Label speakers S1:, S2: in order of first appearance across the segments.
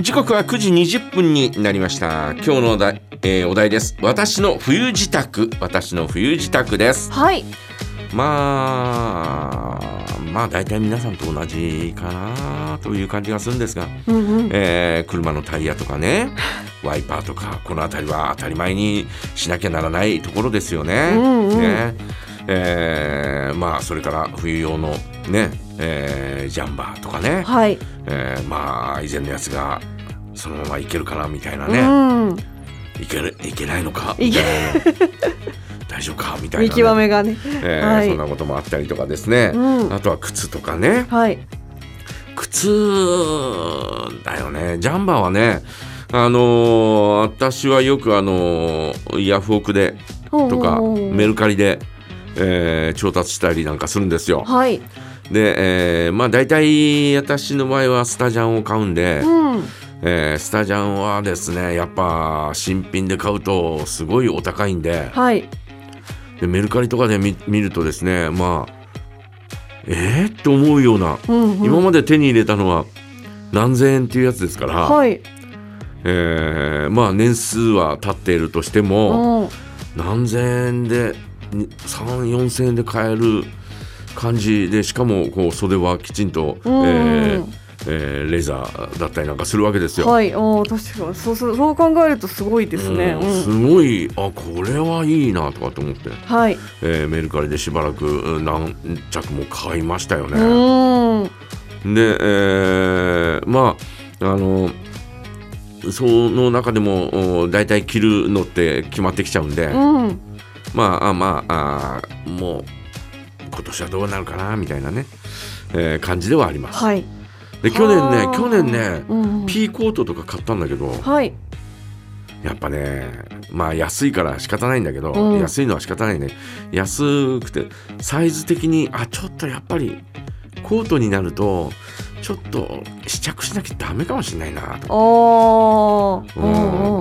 S1: 時刻は9時20分になりました今日のお題,、えーお題です私の冬自宅私の冬自宅です
S2: はい
S1: まあまあ大体皆さんと同じかなという感じがするんですが、
S2: うんうん
S1: えー車のタイヤとか ねワイパーとかこの辺りは当たり前にしなきゃならないところですよね。
S2: うんうん
S1: ねえーまあそれから冬用のね、えージャンバーとかね、
S2: はい、
S1: えーまあ以前のやつがそのままいけるかなみたいなね、
S2: うん
S1: いけるいけないのか
S2: いけ
S1: みたいな大丈夫かみたいなね、
S2: 見極めがね、
S1: えー
S2: はい
S1: そんなこともあったりとかですね、
S2: うん
S1: あとは靴とかね
S2: はい
S1: 靴だよねジャンバーはねあのー私はよくあのーヤフオクでとか
S2: おうおうおう
S1: メルカリで、えー調達したりなんかするんですよ。
S2: はい
S1: で、えーまあ大体私の場合はスタジャンを買うんで、
S2: うん
S1: えースタジャンはですねやっぱ新品で買うとすごいお高いんで
S2: はい
S1: でメルカリとかで見見るとですねまあえー、って思うような
S2: うんうん
S1: 今まで手に入れたのは何千円っていうやつですから、
S2: はい
S1: えーまあ年数は経っているとしても
S2: うん
S1: 何千円で34千円で買える感じでしかもこう袖はきちんと、え
S2: うん
S1: ーえーレザーだったりなんかするわけですよ。
S2: はいおー確かにそうそうそう考えるとすごいですね、
S1: う
S2: うん
S1: んすごいあこれはいいなとかと思って、
S2: はい
S1: えーメルカリでしばらくうん何着も買いましたよね。
S2: うん
S1: で、えーまああのその中でもお大体着るのって決まってきちゃうんで、
S2: うん
S1: まああまああもう今年はどうなるかなみたいなね、えー感じではあります。
S2: はい
S1: で去年
S2: あ
S1: ね
S2: ー
S1: 去年ね
S2: うんうん
S1: ピーコートとか買ったんだけど
S2: はい
S1: やっぱねまあ安いから仕方ないんだけど、
S2: うん
S1: 安いのは仕方ないね安くてサイズ的にあちょっとやっぱりコートになるとちょっと試着しなきゃダメかもしれないなとか
S2: おー
S1: う
S2: うん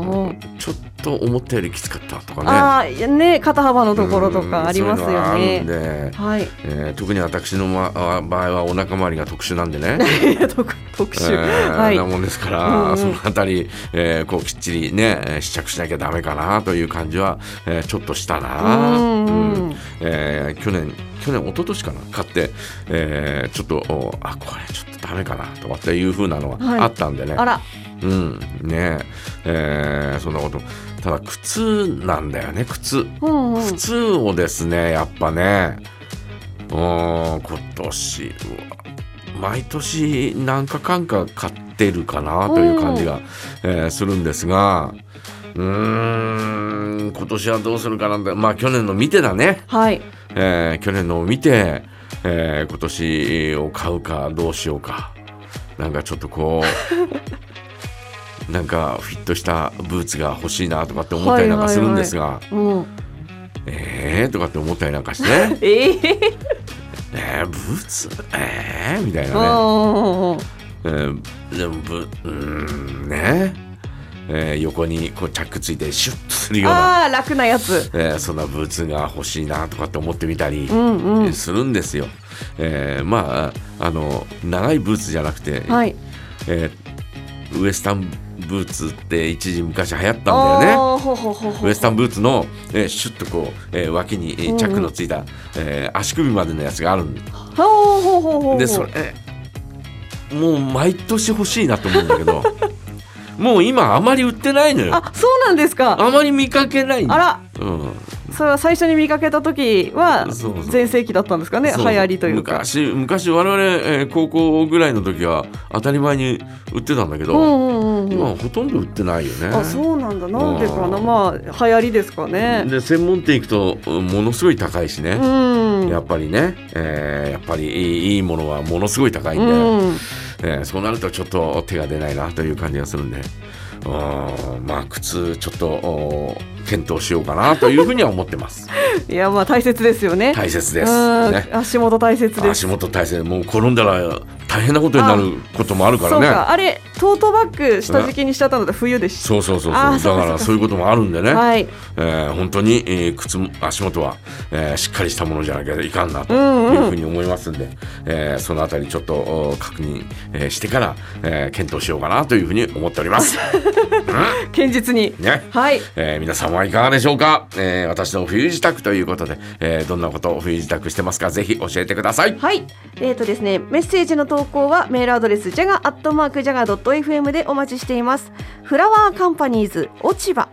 S2: んうんうん
S1: ちょっと思ったよりきつかったとかね
S2: ああーね肩幅のところとかあります
S1: うん
S2: よ
S1: そういう
S2: ね
S1: のがあるんで
S2: はい
S1: えー特に私の、ま、あ場合はお腹周りが特殊なんでね
S2: 特特
S1: え
S2: 殊、
S1: ー
S2: はい
S1: なもんですから、
S2: うんうん
S1: そのあたり、えーこうきっちりねえー試着しなきゃダメかなという感じは、えーちょっとしたな、
S2: うんうん
S1: うんえー去年去年一昨年かな買って、えーちょっとおあこれちょっとダメかなとかっていう風なの
S2: はい
S1: はあったんでね、
S2: あら
S1: うんねえーそんなことただ靴なんだよね靴。
S2: うんうん
S1: 靴をですねやっぱねうーん今年は毎年何かかんか買ってるかなという感じが、えーするんですがうーん今年はどうするかなんてまあ去年の見てだね、
S2: はい
S1: えー去年のを見て、えー今年を買うかどうしようかなんかちょっとこうなんかフィットしたブーツが欲しいなとかって思ったりなんかするんですが。
S2: うん、
S1: えーとかって思ったりなんかして
S2: ええ
S1: えー、ブーツえーみたい
S2: ー、う
S1: なね、
S2: んうんうん
S1: えーでもブうーんね、えー横にこうチャックついてシュッとするような、
S2: ああ楽なやつ
S1: えーそんなブーツが欲しいなとかって思ってみたり
S2: うんう
S1: えー
S2: ん
S1: するんですよ。えーまああの長いブーツじゃなくて、
S2: はい
S1: えーウエスタンブーツって一時昔流行ったんだよね。
S2: ああほほほほ
S1: ウエスタンブーツの、えーシュッとこう、えー脇に、えーチャックのついた、えー足首までのやつがあるん
S2: ほうほうほうほう
S1: でそれもう毎年欲しいなと思うんだけ どもう今あまり売ってないのよあ
S2: あそうなんですか
S1: まり見かけないんだ
S2: あら
S1: うん
S2: それは最初に見かけた時は
S1: そうそう
S2: 全盛期だったんですかね
S1: そ
S2: 流
S1: う
S2: 行りというか
S1: 昔昔我々、えー高校ぐらいの時は当たり前に売ってたんだけ
S2: う
S1: ど、
S2: んうんうん
S1: 今
S2: う
S1: は
S2: ん
S1: ほとんど売ってないよね
S2: あそうなんだなんでかな
S1: うん
S2: まあ流行りですかね
S1: で専門店行くとうんものすごい高いし
S2: う
S1: ね、
S2: ん
S1: やっぱりね、えーやっぱりいいいいものはものすごい高いん
S2: う
S1: で、
S2: ん
S1: えーそうなるとちょっと手が出ないなという感じがするんで、うーんまあ靴ちょっとおー検討しようかなというふうには思って ます。
S2: いやまあ大切ですよね
S1: 大切
S2: う
S1: です。
S2: ん
S1: ね、
S2: 足元大切です
S1: 足元大切、もう転んだら大変なことになることもあるか
S2: そう
S1: らね
S2: かあれトートバッグ下敷きにしちゃったので冬でし
S1: そうそうそう
S2: あー
S1: そ
S2: そうう
S1: だ
S2: か
S1: からそ
S2: そううか
S1: いうこともあるんでね、
S2: たはい
S1: えー本当に、えー靴も足元は、えーしっかりしたものじゃなきゃいかんなと
S2: うんうん
S1: いうふうに思いますんで、えーそのあたりちょっとお確認、えーしてから、えー検討しようかなというふうに思っており ます。
S2: 堅実に
S1: ね
S2: はい
S1: えー皆さんはいかがでしょうか、えー私の冬支度ということで、えーどんなことを冬支度してますかぜひ教えてください
S2: はい、えーとですね、メッセージの投稿はメールアドレスジャガアットマークジャガドット FM でお待ちしています。フラワーカンパニーズ落ち葉